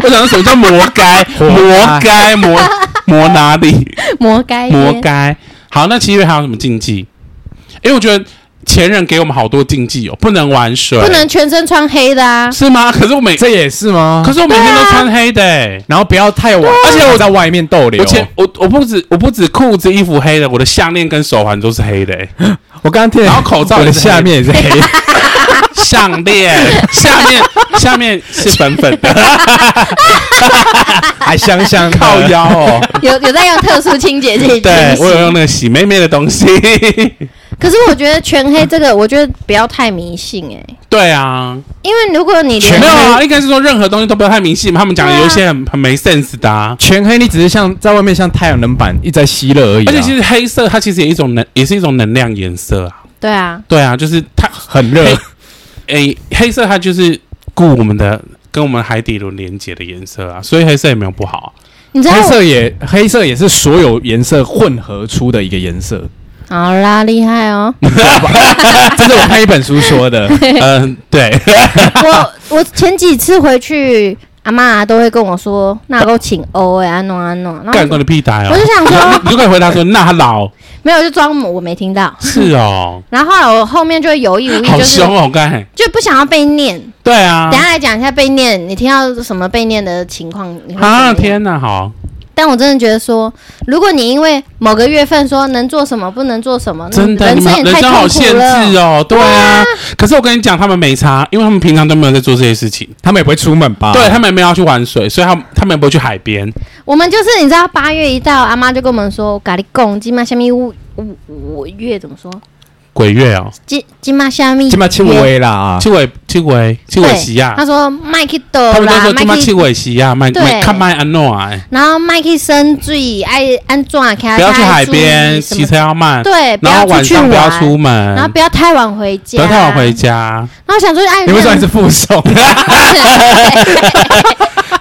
A: 我想说什么叫魔该？
C: 活
A: 魔该魔魔哪里？
D: 魔该
C: 哎
D: 耶
A: 魔该。好，那七月还有什么禁忌？因为我觉得前任给我们好多禁忌哦，不能玩水，
D: 不能全身穿黑的啊，
A: 是吗？可是我每
C: *laughs* 这啊也是吗
A: 可？是我每天都穿黑的、欸，
C: 然后不要太晚，而且我在外面逗留
A: 我。前我我不止我不止裤子衣服黑的，我的项链跟手环都是黑的、欸，
C: 我刚刚听了，
A: 然后口罩
C: 我
A: 也 *laughs*
C: 的
A: 是黑
C: 下面也是黑，
A: 上链，下面下面是粉粉的
C: 还香香的
A: 靠腰哦。
D: 有 *laughs* 有在用特殊清洁剂
A: 对
D: *laughs* 清洗
A: 我有用那个洗妹妹的东西。
D: 可是我觉得全黑这个，我觉得不要太迷信哎、
A: 对啊，
D: 因为如果你连
A: 没有啊，应该是说任何东西都不要太迷信嘛。他们讲的
D: 对啊
A: 有一些很很没 sense 的啊。
C: 全黑，你只是像在外面像太阳能板一直在吸热而已、
A: 而
C: 啊，
A: 且其实黑色它其实也一种能，也是一种能量颜色啊。
D: 对啊，
A: 对啊，就是它
C: 很热
A: 黑，诶、黑色它就是顾我们的跟我们海底轮连接的颜色啊，所以黑色也没有不好
D: 你知道
C: 黑
D: 我
C: 色也黑色也是所有颜色混合出的一个颜色，
D: 好啦，厉害
A: *laughs*
D: 哦！
C: *laughs* 这是我看一本书说 *laughs* 的。
A: 啊。嗯，对，
D: 我我前几次回去，阿妈都会跟我说：“那够请欧哎，安诺安诺。”然后
A: 干过你屁呆
D: 我
A: 哦
D: 就。想说，
A: 你就可以回答说那他老
D: 没有，就装我没听到。
A: 是哦，
D: 然后后来我后面就会有意无意，
A: 好
D: 就是
A: 凶哦，刚才
D: 就不想要被念。
A: 对啊
D: 等一，下来讲一下被念，你听到什么被念的情况？你会
A: 啊
D: 怎么样
A: 天哪，好，
D: 但我真的觉得说，如果你因为某个月份说能做什么不能做什么，嗯
A: 真的，
D: 人
A: 你
D: 生
A: 们
D: 也
A: 人
D: 太
A: 生
D: 痛
A: 好
D: 苦
A: 限制
D: 了。
A: 哦，对啊。可是我跟你讲，他们没差，因为他们平常都没有在做这些事情，
C: 他们也不会出门吧？
A: 对他们也没有要去玩水，所以他们他们也不会去海边。
D: 我们就是你知道，八月一到，阿妈就跟我们说，咖喱贡金嘛，下面五五五月怎么说？
A: 鬼月哦，
D: 金金嘛下面
C: 起码轻微啦啊，
A: 去尾去尾去尾西亚
D: 他，说麦克多
A: 啊他们都
D: 啦，
A: 说他
D: 麦
A: 妈去
D: 克，
A: 尾西亚，卖
D: 对
A: 卖看卖安诺啊，哎
D: 然后麦克生最爱安怎开，
A: 不要去海
D: 爱
A: 边，
D: 注意什
A: 骑
D: 么
A: 车要慢，
D: 对，不
A: 然后
D: 要出
A: 晚
D: 去
A: 上
D: 玩，
A: 不要出门，
D: 然后不要太晚回
A: 不
D: 家，
A: 要太晚回。家。
D: 然后想说，
A: *laughs*
D: 哎，
C: 你们说
D: 那
C: 你是附送，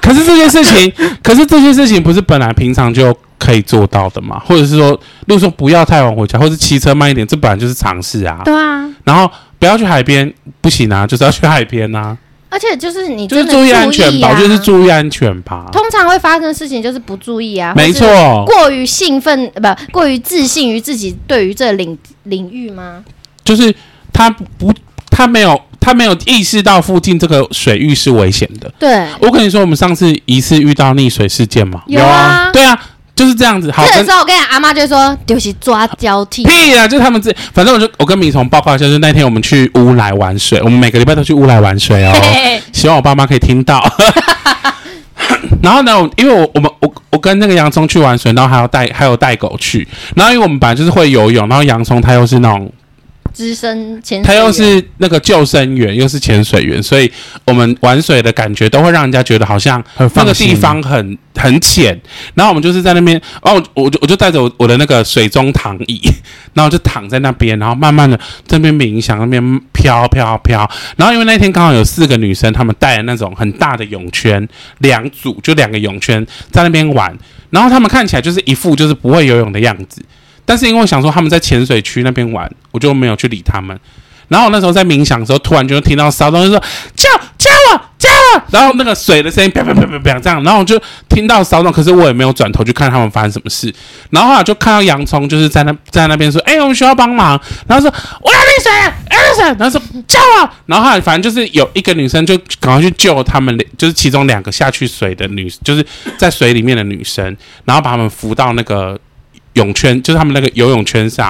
A: 可是这件事
D: *laughs*
A: 情，可是这件事情不是本来平常就可以做到的嘛？或者是说，例如说不要太晚回家，或是骑车慢一点，这本来就是常识啊。
D: 对啊，
A: 然后不要去海边，不行啊，就是要去海边啊，
D: 而且就是你
A: 就是
D: 真的
A: 注
D: 意
A: 意安全吧，
D: 啊
A: 就是注意安全吧。
D: 通常会发生的事情就是不注意啊，
A: 没
D: 或是
A: 错，
D: 过于兴奋，呃不过于自信于自己对于这领领域吗？
A: 就是他不，他没有，他没有意识到附近这个水域是危险的。
D: 对，
A: 我跟你说，我们上次疑似遇到溺水事件嘛，
D: 有啊。
A: 对啊，就是这样子。好，
D: 这
A: 跟
D: 个时候我跟你讲，阿妈就会说，就是抓交替，
A: 屁啊！就他们自，反正我就我跟米虫报告一下，就是那天我们去乌来玩水，我们每个礼拜都去乌来玩水哦。
D: 嘿
A: 希望我爸妈可以听
D: *laughs*
A: 到。然后呢，我因为我我们我我跟那个洋葱去玩水，然后还要带还有带狗去，然后因为我们本来就是会游泳，然后洋葱他又是那种
D: 资深潜
A: 他
D: 水员
A: 又是那个救生员又是潜水员，所以我们玩水的感觉都会让人家觉得好像
C: *laughs* 很
A: 那个
C: 放心
A: 地方很很浅，然后我们就是在那边，然后我我就我就带着我我的那个水中躺椅， *laughs* 然后就躺在那边，然后慢慢的这边冥想，那边飘飘飘，然后因为那天刚好有四个女生，她们带了那种很大的泳圈，两组就两个泳圈在那边玩，然后她们看起来就是一副就是不会游泳的样子，但是因为我想说他们在浅水区那边玩，我就没有去理他们。然后我那时候在冥想的时候，突然就听到骚动，就说叫叫我叫我，然后那个水的声音啪啪啪啪啪这样，然后我就听到骚动，可是我也没有转头去看他们发生什么事。然后后来就看到洋葱就是在那在那边说，哎、我们需要帮忙，然后说我要溺水了，啊哎我要溺水了，然后说叫我，然后后来反正就是有一个女生就赶快去救他们，就是其中两个下去水的女，就是在水里面的女生，然后把他们扶到那个泳圈，就是他们那个游泳圈上，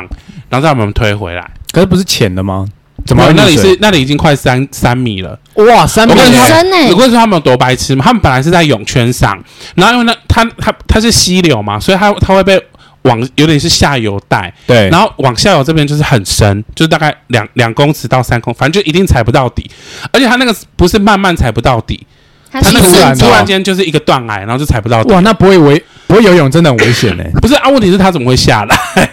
A: 然后再把他们推回来。
C: 可是不是浅的吗？怎
A: 没
C: 么
A: 有
C: 会
A: 那
C: 溺
A: 里
C: 水
A: 是那里已经快三三米了。
C: 哇三米
A: 我跟你
D: 很
A: 说
C: 耶？
D: 深呢、
A: 我跟你说他们有多白痴吗？他们本来是在泳圈上，然后因为那它它它是溪流嘛，所以它它会被往有点是下游带，
C: 对，
A: 然后往下游这边就是很深，就是大概两两公尺到三公，反正就一定踩不到底。而且它那个不是慢慢踩不到底，
D: 他
A: 它
D: 是
A: 那个
C: 突然
A: 是
C: 的
A: 突
C: 哦
A: 然间就是一个断崖，然后就踩不到底。
C: 哇那不会危不会游泳真的很危险呢。
A: 不是啊，问题是他怎么会下来？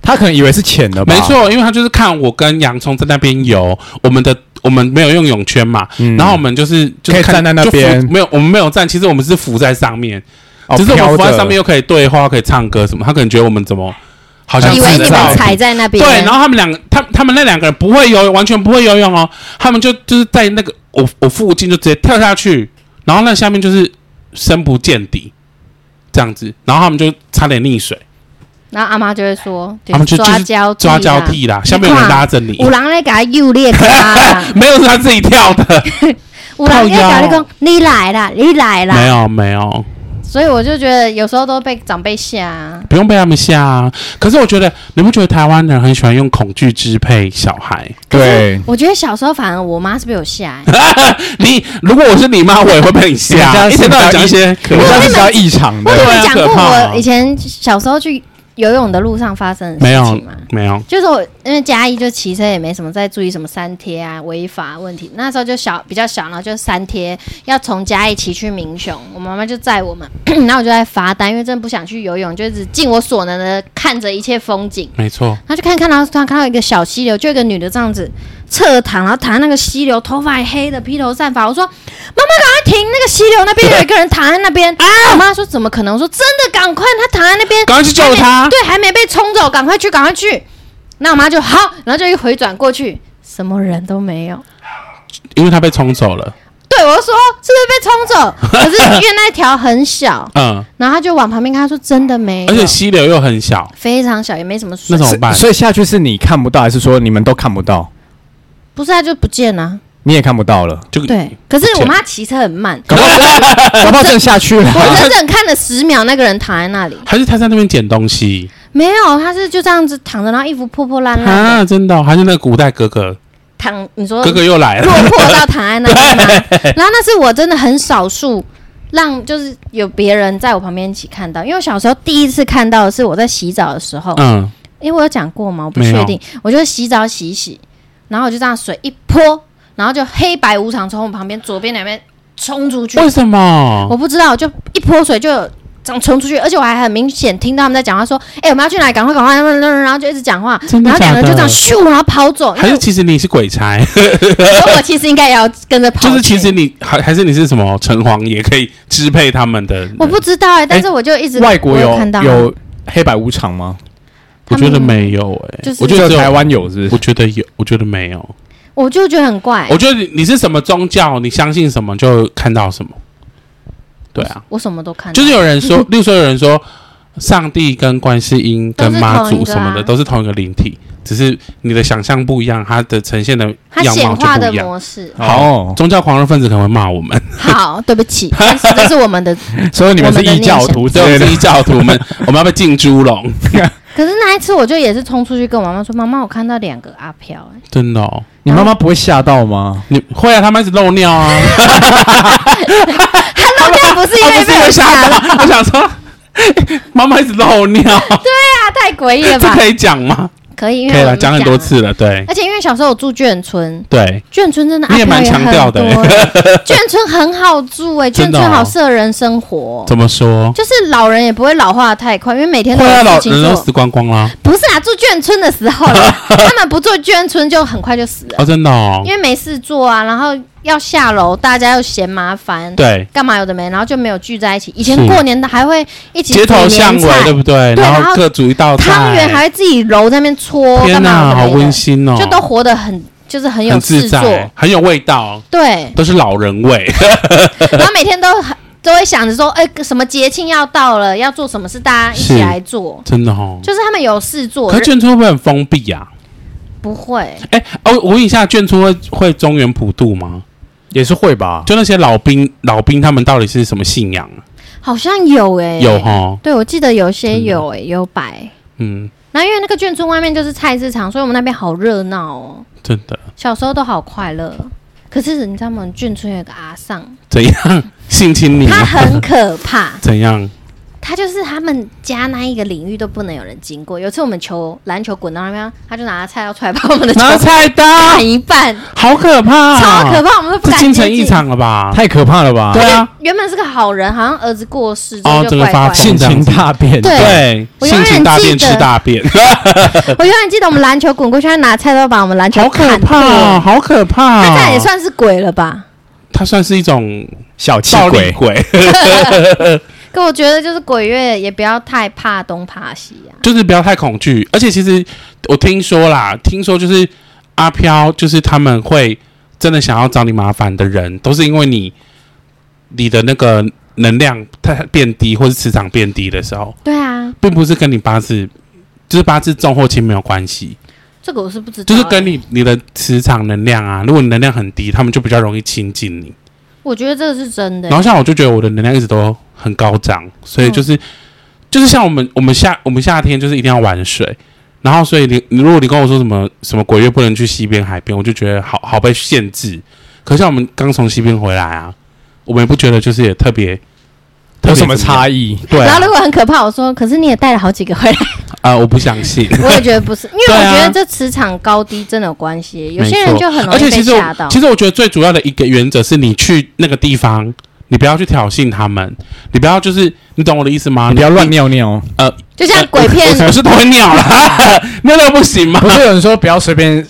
C: 他可能以为是浅的吧？
A: 没，错，因为他就是看我跟洋葱在那边游，我们的我们没有用泳圈嘛，
C: 嗯
A: 然后我们就是就是
C: 可以
A: 看
C: 站在那
A: 就扶
C: 边
A: 没有我们没有站，其实我们是浮在上面，
C: 哦
A: 只是我们
C: 飘
A: 浮在
C: 着
A: 上面又可以对话，又可以唱歌什么，他可能觉得我们怎么好像
D: 以为
A: 看
D: 你
A: 得
D: 们
A: 到
D: 踩在那边，
A: 对，然后他们两个，他他们那两个人不会游泳，完全不会游泳哦，他们就就是在那个我我附近就直接跳下去，然后那下面就是深不见底这样子，然后他们就差点溺水，
D: 然后阿妈就会说，
A: 他们就
D: 抓交替
A: 抓
D: 哦啦啊
A: 交，替啦，下面有人拉着你，，
D: 有人咧甲诱猎他啦
A: *laughs* 没有是他自 *laughs* 己跳的，
D: 啊有人咧甲
A: 靠
D: 你
A: 腰
D: 讲，你来啦，你来啦，
A: 没有没有，
D: 所以我就觉得有时候都被长辈吓、啊。
A: 不用被他们吓啊。可是我觉得，你不觉得台湾人很喜欢用恐惧支配小孩？嗯
C: 对，
D: 我觉得小时候反而我妈是被我
A: *laughs*
D: 吓、欸，
A: 啊你如果我是你妈，我也会被你
C: 你这
A: 吓。
C: 样
A: 一
C: 是
A: 天到晚讲一些可
C: 我
A: 怕
C: 们
A: 的事
C: 这样是比较异常
D: 我
C: 的
A: 对。
D: 有没有
A: 啊
D: 讲
A: 可
D: 过
A: 怕
D: 我以前小时候去游泳的路上发生的
A: 没
D: 事
A: 有
D: 情吗？
A: 没有，
D: 就是我因为嘉义就骑车也没什么在注意什么三贴啊违法问题，那时候就小比较小，然后就三贴要从嘉义骑去民雄，我妈妈就载我们， *coughs* 然后我就在罚单，因为真的不想去游泳，就只尽我所能的看着一切风景。
A: 没错，
D: 他就看看，然后突然看到一个小溪流，就有一个女的这样子侧躺，然后躺在那个溪流，头发也黑的，披头散发。我说：“妈妈，赶快停！那个溪流那边有一个人躺在那
A: 啊
D: 边。”我妈说：“怎么可能？”我说：“真的，赶快！他躺在那边，
A: 赶快去救
D: 还
A: 他
D: 没。对，还没被冲走，赶快去，赶快去。”那我妈就好，然后就一回转过去，什么人都没有。
A: 因为他被冲走了。
D: 对，我就说是不是被冲走？ *laughs* 可是因为那条很小，
A: 嗯，
D: 然后他就往旁边看，他说真的没有，
A: 而且溪流又很小，
D: 非常小，也没什么水
A: 那。怎么办
C: 是？所以下去是你看不到，还是说你们都看不到？
D: 不是，他就不见了、
C: 你也看不到了，
A: 就
D: 对，可是我妈骑车很慢，
C: 搞不好真 *laughs* 搞不好真的下去了。
D: *laughs* 我整整看了十秒，那个人躺在那里，
A: *laughs* 还是他在那边捡东西
D: 没有，他是就这样子躺着，然后衣服破破烂烂的，
A: 啊？真的哦、还是那个古代哥哥，
D: 躺，你说
A: 哥哥又来
D: 落
A: 了。
D: 魄到躺在那
A: *laughs*
D: 里吗？然后那是我真的很少数。让就是有别人在我旁边一起看到，因为我小时候第一次看到的是我在洗澡的时候，
A: 嗯，
D: 因为我有讲过吗？我不
A: 没有
D: 确定，我就洗澡洗一洗，然后我就这样水一泼，然后就黑白无常从我旁边左边两边冲出去，
A: 为什么？
D: 我不知道，就一泼水就有这样冲出去，而且我还很明显听到他们在讲话，说：“哎、我们要去哪里？赶快，赶快！”然后就一直讲话，
A: 真的
D: 然后两个人
A: 假的
D: 就这样咻，然后跑走。因
A: 还
D: 为
A: 是其实你是鬼差，
D: 我我其实应该也要跟着跑去，
A: 就是其实你还还是你是什么城隍也可以支配他们的人？
D: 我不知道哎、但是我就一直
C: 外国
D: 我
C: 有
D: 看到
C: 有黑白无常吗？
A: 我觉得，
D: 他们
A: 没有哎、
D: 就是
A: 我觉得
C: 只
A: 只
C: 有
A: 有
C: 台，湾有，是不
A: 我
C: 是？
A: 觉得有，我觉得没有。
D: 我就觉得很怪。
A: 我觉得你你是什么宗教，你相信什么就看到什么。对啊，
D: 我什么都看到，
A: 就是有人说，例如说有人说，上帝跟观世音跟妈
D: 都是同一
A: 祖
D: 个啊
A: 什么的都是同一个灵体，只是你的想象不一样，它的呈现的
D: 他
A: 样
D: 显
A: 貌
D: 化
A: 就
D: 的
A: 不一样。
D: 模式。
C: 哦，
A: 宗教狂热分子可能会骂我
C: *laughs*
A: 们，
D: 好， *laughs* 对不
A: *laughs*
D: 起，但是这是我们的。
C: 所以你们是异教徒之
A: 所以我
C: 类
A: 们
C: 的
A: 是。异教徒，我们我们要被浸猪笼，
D: 可是那一次，我就也是冲出去跟我妈妈说：“妈妈，我看到两个阿飘、欸。”
A: 真的哦。
C: 你妈妈不会吓到吗？
A: 你会啊？他们一直漏尿啊！ *laughs*
D: 他漏尿不是因
A: 他啊
D: 为
A: 不是
D: 被
A: 有
D: 我
A: 吓
D: 吓到，
A: 到， *laughs* 我想说，妈妈一直漏
D: *laughs*
A: 尿，
D: 他啊太诡异了
A: 这
D: 吧？
A: 可以讲吗？
D: 可以，因为
A: 可以
D: 我
A: 了，
D: 们
A: 讲很多
D: 了
A: 次了，对
D: 而且因为小时候我住眷村，
A: 对，
D: 眷村真的阿
A: 你也
D: 飘
A: 蛮
D: 也很
A: 强
D: 多
A: 调的
D: 欸 *laughs* 眷村很好住哎、眷
A: 真的
D: 村
A: 哦
D: 好适合人生活，
A: 怎么说？
D: 就是老人也不会老化的太快，因为每天都
A: 会啊，
D: 有
A: 老
D: 事情
A: 人都
D: 做
A: 死。光光啦！
D: 不是啊，住眷村的时候
A: *laughs*
D: 啦，他们不住眷村就很快就死了，
A: 哦，真的哦
D: 因，为没事做啊，然后要下楼，大家又嫌麻烦，
A: 对，
D: 干嘛有的没，然后就没有聚在一起。以前
A: 是
D: 过年的还会一起
A: 街头
D: 煮年
A: 巷尾，
D: 菜
A: 对不对？
D: 对
A: 然
D: 然后
A: 后各煮一道菜，
D: 汤圆还会自己揉在那边搓，干
A: 天
D: 嘛有的
A: 好
D: 没的
A: 温馨哦，
D: 就都活得很就是很有
A: 很
D: 事
A: 自
D: 做，
A: 在，很有味道，，
D: 对
A: 都是老人味。
D: 然后每天都很都会想着说，哎、什么节庆要到了，要做什么事，大家一起
A: 是
D: 来做，
A: *laughs* 真的哦。
D: 就是他们有事做
A: 可，是眷村会不会很封闭呀？
D: 不会，
A: 哎，哦，我问一下，眷村会会中原普渡吗？
C: 也是会吧。
A: 就那些老兵，老兵他们到底是什么信仰啊？
D: 好像有哎、
A: 有，哈，
D: 对我记得有些有哎、有摆。
A: 嗯，
D: 然后因为那个眷村外面就是菜市场，所以我们那边好热闹哦。
A: 真的
D: 小时候都好快乐，可是你知道吗？眷村有个阿丧，
A: 怎样性侵你吗？
D: 他很可怕。
A: 怎样？
D: 他就是他们家那一个领域都不能有人经过。有次我们球篮球滚到那边，他就拿菜刀出来把我们的球
A: 拿菜刀，
D: 砍一半，
A: 好可怕，
D: 超可怕，我们都不
A: 这
D: 敢
A: 精
D: 接
A: 神异
D: 近。
A: 常了吧？
C: 太可怕了吧！
A: 对啊，
D: 原本是个好人，好像儿子过世，这
A: 哦
D: 就
A: 这个
D: 怪怪
A: 发
D: 的。
A: 现
C: 性情大变。
D: 对
A: 对，
D: 我永
A: 性
D: 远
A: 情大
D: 记
A: 便
D: 得
A: 吃大便，
D: 我永远记得我们篮球滚过去，他拿菜刀把我们篮球
A: 好可
D: 砍
A: 怕哦，
D: 破。
A: 好可怕哦！
D: 那这样也算是鬼了吧？
A: 它算是一种
C: 小气
A: 暴力
C: 鬼，
A: 鬼， *laughs*
D: 可我觉得就是鬼月也不要太怕东怕西啊。
A: 就是不要太恐惧。而且其实我听说啦，听说就是阿飘，就是他们会真的想要找你麻烦的人，都是因为你你的那个能量它变低，或是磁场变低的时候，
D: 对啊，
A: 并不是跟你八字。就是八字重或轻没有关系，
D: 这个我是不知道、
A: 就是跟
D: 欸，
A: 你你的磁场能量啊，如果你能量很低，他们就比较容易亲近你。
D: 我觉得这个是真的欸、
A: 然后像我就觉得我的能量一直都很高涨，所以就是、就是像我们我们夏我们夏天就是一定要玩水，然后所以你你如果你跟我说什么什么鬼月不能去西边海边，我就觉得好好被限制。可是像我们刚从西边回来啊，我们也不觉得就是也特别
C: 有什么
A: 异
C: 差异？对
D: 然
C: 啊
D: 后，如果很可怕，我说，可是你也带了好几个
A: *laughs*
D: 回来，
A: 啊、我不相信。
D: 我也觉得不是，因为我
A: 对啊
D: 觉得这磁场高低真的有关系，有
A: 没
D: 些
A: 错
D: 人就很容
A: 而且
D: 易
A: 其
D: 被
A: 实
D: 吓
A: 我
D: 到。
A: 其实我觉得最主要的一个原则是你去那个地方，你不要去挑衅他们，你不要就是你懂我的意思吗？
C: 啊你不要乱
A: 你呃
C: 尿尿。
D: 就像鬼片，
A: 我
D: *laughs*
A: 是鸵鸟啦， *laughs* 尿尿不行吗？
C: 不是有人说不要随便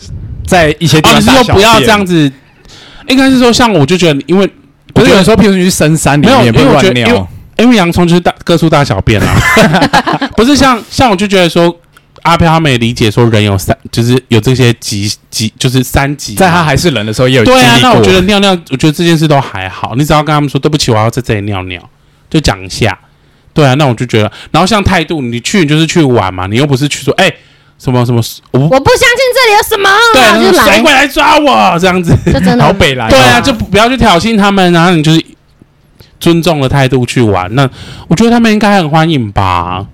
C: 在一些地
A: 哦，
C: 方
A: 你是
C: 大小
A: 说
C: 便、
A: 不要这样子？应该是说，像我就觉得，因为我
C: 不是
A: 觉
C: 有人
A: 得，
C: 说，譬如说你去深山里
A: 没有
C: 面也不
A: 因
C: 会
A: 为我觉
C: 乱
A: 得因为
C: 尿，
A: 因为洋葱就是大各处大小
D: *laughs*
A: 便啊，不是像像我就觉得说，阿飘他们也理解说人有三，就是有这些级级，就是三级嘛，
C: 在他还是人的时候也有
A: 对
C: 经
A: 啊，
C: 历
A: 那我
C: 过
A: 觉得尿尿，我觉得这件事都还好，你只要跟他们说对不起，我要在这里尿尿，就讲一下。对啊，那我就觉得，然后像态度，你去你就是去玩嘛，你又不是去说哎、什么什么，我不
D: 我不相信这里有什么，
A: 对
D: 然
A: 啊，
D: 后
A: 就
D: 就是
A: 谁
D: 来，
A: 会来抓我这样子？
D: 这真的
C: 好北来哦
A: 对啊，就不要去挑衅他们，然后你就是尊重的态度去玩。那我觉得他们应该很欢迎吧？
D: 啊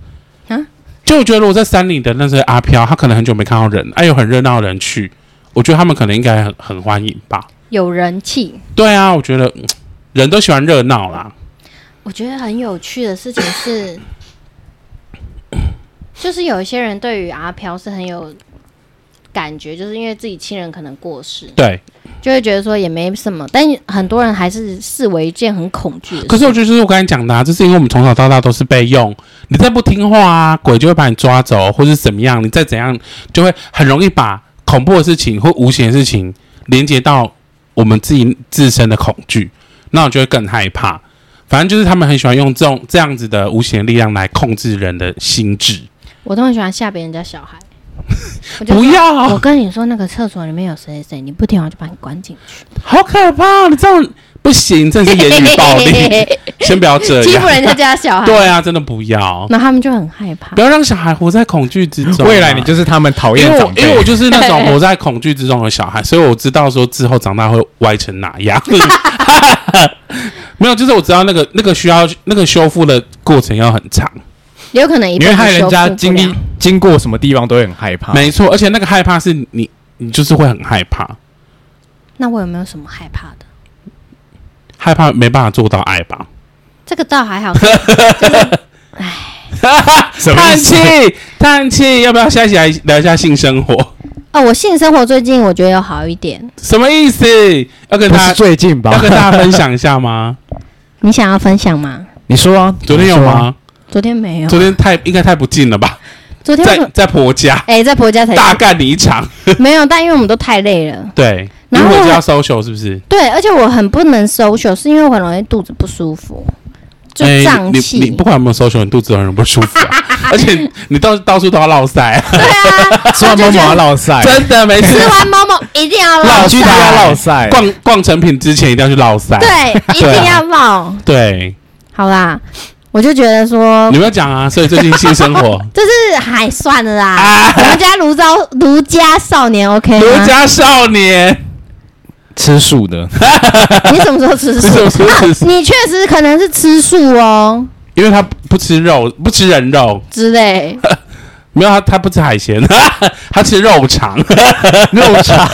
A: 就我觉得如果在山里的那些阿飘，他可能很久没看到人，哎、有很热闹的人去，我觉得他们可能应该很很欢迎吧。
D: 有人气。
A: 对啊，我觉得嗯人都喜欢热闹啦。
D: 我觉得很有趣的事情 *coughs* 是，就是有一些人对于阿飘是很有感觉，就是因为自己亲人可能过世，
A: 对，
D: 就会觉得说也没什么，但很多人还是视为一件很恐惧的事。
A: 可是我觉得就是我刚才讲的、啊，这是因为我们从小到大都是被用，你再不听话啊，鬼就会把你抓走，或是怎么样，你再怎样就会很容易把恐怖的事情或无形的事情连接到我们自己自身的恐惧，那我就会更害怕。反正就是他们很喜欢用这种这样子的无形的力量来控制人的心智。
D: 我都很喜欢吓别人家小
A: *laughs*
D: 孩。我就
A: 不
D: 说
A: 要
D: 我，跟你说，那个厕所里面有谁谁谁，你不听我就把你关进去。
A: 好可怕！你这样不行，这是言语
D: *laughs*
A: 暴力，先不要这
D: 欺
A: 样
D: 负。人家家小孩。
A: 对啊，真的不要，
D: 那他们就很害怕
A: 不。要让小孩活在恐惧之中啊、
C: 未来你就是他们讨
A: 因
C: 厌
A: 为
C: 的
A: 我
C: 长辈。
A: 因为我就是那种活在恐惧之中的小孩，所以我知道说之后长大会歪成哪样。 *laughs* 没有，就是我知道那个那个需要那个修复的过程要很长，
D: 有可能一
C: 你
D: 辈
C: 会
D: 子
C: 害人家
D: 修复不
C: 经历
D: 了
C: 经过什么地方都会很害怕。
A: 没错，而且那个害怕是你你就是会很害怕，
D: 那我有没有什么害怕的？
A: 害怕没办法做到爱吧。
D: 这个倒还好，可是
C: *laughs*
D: *laughs*
C: 什么
A: 叹
C: 意思
A: 气，叹气，要不要下一起来聊一下性生活？
D: 哦，我性生活最近我觉得有好一点。
A: 什么意思？要跟
C: *laughs* 不
A: 他
C: 是最近吧 *laughs*
A: 要？跟大家分享一下吗？
D: 你想要分享吗？
C: 你说啊，
A: 昨天有
C: 你说啊？
A: 吗？
D: 昨天没有，
A: 昨天太应该太不近了吧？
D: 昨天
A: 在
D: 我
A: 在婆家
D: 哎、在婆家才
A: 大干你一场，
D: 没有，但因为我们都太累了。
A: 对，因
D: 然
A: 为
D: 后
A: 我家 social 是不是？
D: 对，而且我很不能 social，是因为我很容易肚子不舒服，就
A: 哎
D: 胀气。
A: 你你不管有没有 social，你肚子都很不舒服、
D: *laughs*
A: 啊，而且你到到处都要落塞，
D: 啊
C: 吃完猫毛要落
A: *laughs*
C: 晒，
A: 真的没
D: 吃
A: 事。
D: *laughs* 完某某一定要
A: 啊老
D: 落
A: 去
C: 去他
A: 打
D: 腮，
C: 要落晒。
A: 逛逛成品之前一定要去落塞。
D: 对，一
A: 对啊
D: 定要落。
A: 对，
D: 好啦，我就觉得说
A: 你，们要讲啊，所以最近性生活，
D: *laughs* 就是还算了啦。
A: 啊 *laughs*
D: 我们家泸州儒家少年 OK
A: 儒
D: 吗？
A: 家少年，
C: 吃素的，
D: *laughs* 你什么时候吃素？
A: 你什么时候吃素
D: 啊你确实可能是吃素哦
A: 因为他不吃肉，不吃人肉，
D: 之
A: *laughs*
D: 类。
A: 没有他他不吃海鲜， *laughs* 他吃肉 *laughs* 肠，
C: 肉
D: *laughs*
C: 肠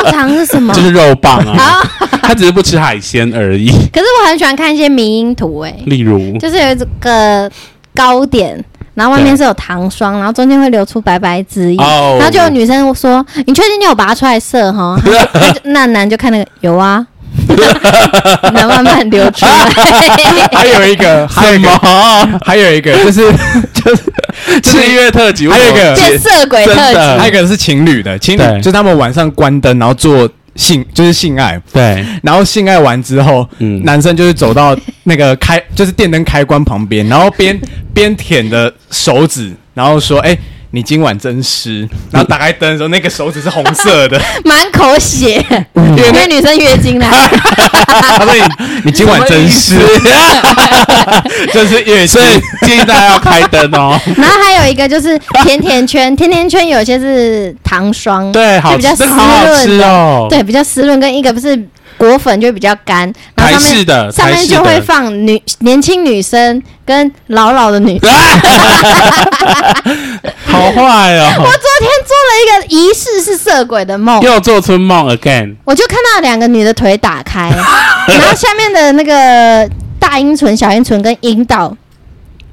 D: 肉肠是什么
A: 就？是肉棒啊，
D: 啊！
A: 他只是不吃海鲜而已。
D: 可是我很喜欢看一些迷因图，哎，
A: 例如，
D: 就是有一个糕点，然后外面是有糖霜，然后中间会流出白白汁液。
A: 哦
D: 然后就有女生说：“你确定你有拔出来射哈？”他就
A: *laughs*
D: 他就那男就看那个有啊， *laughs* 然后慢慢流出来。
C: *laughs*
A: *laughs*
C: 还有一个，还有
A: 什
C: 一个，
A: 么？
C: 还有一个
A: *laughs*
C: 就是就是
A: 七月特辑，
C: 还有一个
A: 为什么
D: 变色鬼特
A: 真的
D: 辑，
C: 呃还有一个是情侣的，情侣
A: 呃对
C: 就是他们晚上关灯，然后做性就是性爱，
A: 对，
C: 然后性爱完之后，
A: 嗯
C: 男生就是走到那个开就是电灯开关旁边，然后边
A: *laughs*
C: 边舔着手指，然后说：“哎、你今晚真湿。”
A: *laughs*
C: 然后打开灯的时候，那个手指是红色的，
D: 满口血，
C: 因为
D: 因
C: 那
D: 为女生月经来。
C: 他说你你今晚
A: *laughs*
C: 真湿， *laughs* 就是月经
A: 所。以建议大家要开灯
D: *laughs*
A: 哦。
D: 然后还有一个就是甜甜圈，甜甜圈有些是糖霜，
A: 对，好
D: 就比较
A: 吃，这
D: 湿
A: 个好好
D: 润
A: 吃
D: 的，
A: 哦。
D: 对，比较湿润，跟一个不是果粉就会比较干，然
A: 台
D: 后上面
A: 式的，
D: 上
A: 台
D: 面
A: 式
D: 就会
A: 的。
D: 放女年轻女生跟老老的女生。
A: *laughs* 好坏
D: 我
A: 哦，
D: 昨天做了一个疑似是色鬼的梦，
A: 又做春梦 again。
D: 我就看到两个女的腿打开，
A: *laughs*
D: 然后下面的那个大阴唇、小阴唇跟阴道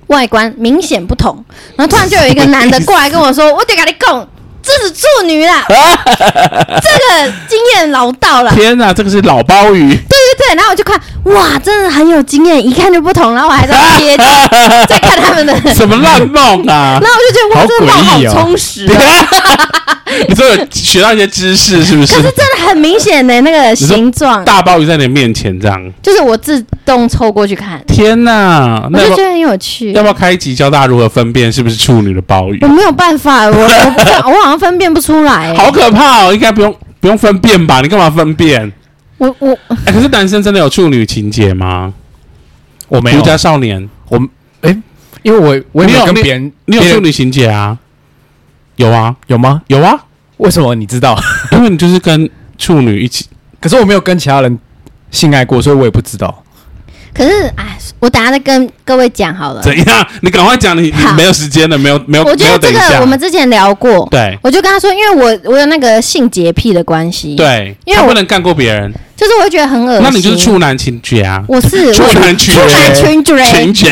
D: 外观明显不同，然后突然就有一个男的过来跟我说：“我得跟你讲，这是处女啦，这个经验老道了。”
A: 天哪，这个是老鲍鱼，
D: 对对对，然后我就看，哇，真的很有经验，一看就不同。然后我还在
A: *laughs*
D: 贴近在看他们的，然
A: 什么烂梦啊！
D: 后我就觉得哇，
C: 好
D: 这个梦
C: 诡
D: 好
C: 异哦
D: 充实、哦。
A: 你说有学到一些知识是不
D: 可是
A: 是？
D: 真的很明显的那个形状，
A: 大鲍鱼在你面前这样，
D: 就是我自动凑过去看，
A: 天哪！
D: 我
A: 那
D: 就
A: 要
D: 觉
A: 不
D: 得很有趣
A: 要。不要开一集教大家如何分辨是不是处女的鲍鱼
D: 我？没有办法，我我不知
A: *laughs*
D: 道，我好像分辨不出来。
A: 好可怕哦！应该不用不用分辨吧？你干嘛分
D: *laughs*
A: 辨？
D: 我我
A: 哎，可是男生真的有处女情节吗？
C: 我没
A: 独
C: 有，
A: 家少年，
C: 我哎、因为我我也没
A: 你有
C: 有跟
A: 你
C: 别人，
A: 你有
C: 别
A: 处
C: 人
A: 女情节啊？有啊，
C: 有吗？
A: 有啊，
C: 为什么你知道？ *laughs*
A: 因为你就是跟处女一起，
C: 可是我没有跟其他人性爱过，所以我也不知道。
D: 可是哎，我等下再跟各位讲好了。
A: 怎样？ *laughs* 你赶快讲，你你
D: 哎好
A: 没有时间了，没有没有，
D: 我
A: 没
D: 觉得
A: 有等
D: 这
A: 一
D: 个
A: 下
D: 我们之前聊过，
A: 对
D: 我就跟他说，因为我我有那个性洁癖的关系，，
A: 对，
D: 因为
A: 他
D: 我
A: 不能干过别人，
D: 就是我会觉得很恶心。
A: 那你就是处男情节啊，
D: 我
A: *laughs*
D: 是
A: 处
D: 我
A: 男群
D: 处男群主
A: *laughs* 群节，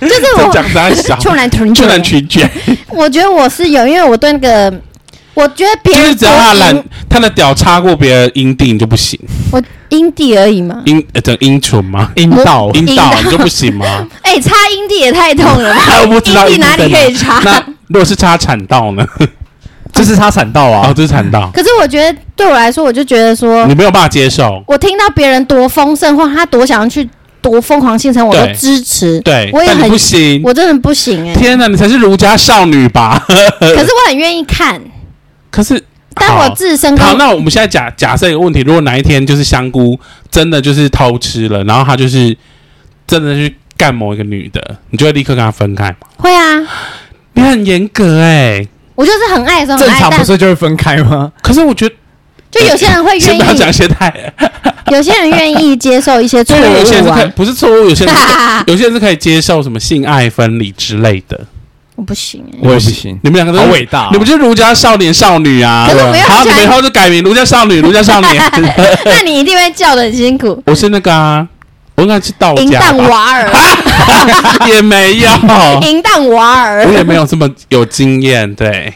D: 就是
A: 这
D: *laughs* 我
A: 讲啥小？
D: 处男群
A: 处男群节，
D: 我觉得我是有，因为我对那个，我觉得别
A: 就
D: 人
A: 是只要他
D: 勾
A: 懒
D: 引，
A: 他的屌插过别人阴蒂你就不行，
D: 我阴蒂而已嘛。
A: 阴呃等阴唇吗？
C: 阴道
A: 阴
D: 阴
A: 道
D: 道
A: 你就不行吗？？
D: 哎、插阴蒂也太痛了吧
A: *laughs* 我不知
D: *laughs*
A: 道阴蒂
D: 阴蒂哪
A: 在
D: 里可以插？
A: 那如果是插产道呢？
C: 就是他产道啊，
A: 哦，这是产
D: *laughs*
A: 道，
D: *laughs* 可是我觉得对我来说，我就觉得说
A: 你，没有办法接受，
D: 我听到别人多丰盛或他多想要去多疯狂性成，我都
A: 对
D: 支持。
A: 对，
D: 我也
A: 但你
D: 很
A: 不行。
D: 我真的不行哎、
A: 天哪，你才是儒家少女吧？ *laughs*
D: 可是我很愿意看，
A: 可是，
D: 但
A: 好
D: 我自身跟
A: 好，那我们现在假假设一个问题：如果哪一天就是香菇真的就是偷吃了，然后他就是真的去干某一个女的，你就会立刻跟他分开吗？
D: 会啊，
A: 你很严格哎、
D: 我就是很爱的时候
C: 正
D: 很爱，
C: 常不
D: 但
C: 是就会分开吗？
A: 可是我觉得
D: 就有些人会
A: *laughs*
D: 愿
A: 先不要讲
D: 意，
A: 现在，
D: 有些人愿意接受一些错
A: 对，有些人
D: 误
A: 是可以
D: 啊。
A: 不是错误，有些人是可有些人是可以 *laughs* 接受什么性爱分离之类的。
D: 我不行哎、
C: 我也不行，
A: 你们两个都
C: 好
A: 是
C: 伟大哦、
A: 你不就是儒家少年少女啊？
D: 可是我没有
A: 好，
D: 很喜
A: 你
D: 欢
A: 们以后就改名儒家少女，儒家
D: *laughs*
A: 少年。
D: *laughs* 那你一定会叫的很辛苦，
A: *laughs* 我是那个啊，我应该是道
D: 淫
A: 家
D: 荡
A: 吧，
D: 娃儿，
A: 啊也没
D: *laughs*
A: 有，
D: 淫荡娃
A: 我
D: 儿，
A: 也没有这么有经验。对，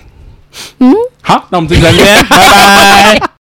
D: 嗯。
A: 好，那我们这集再见，拜拜。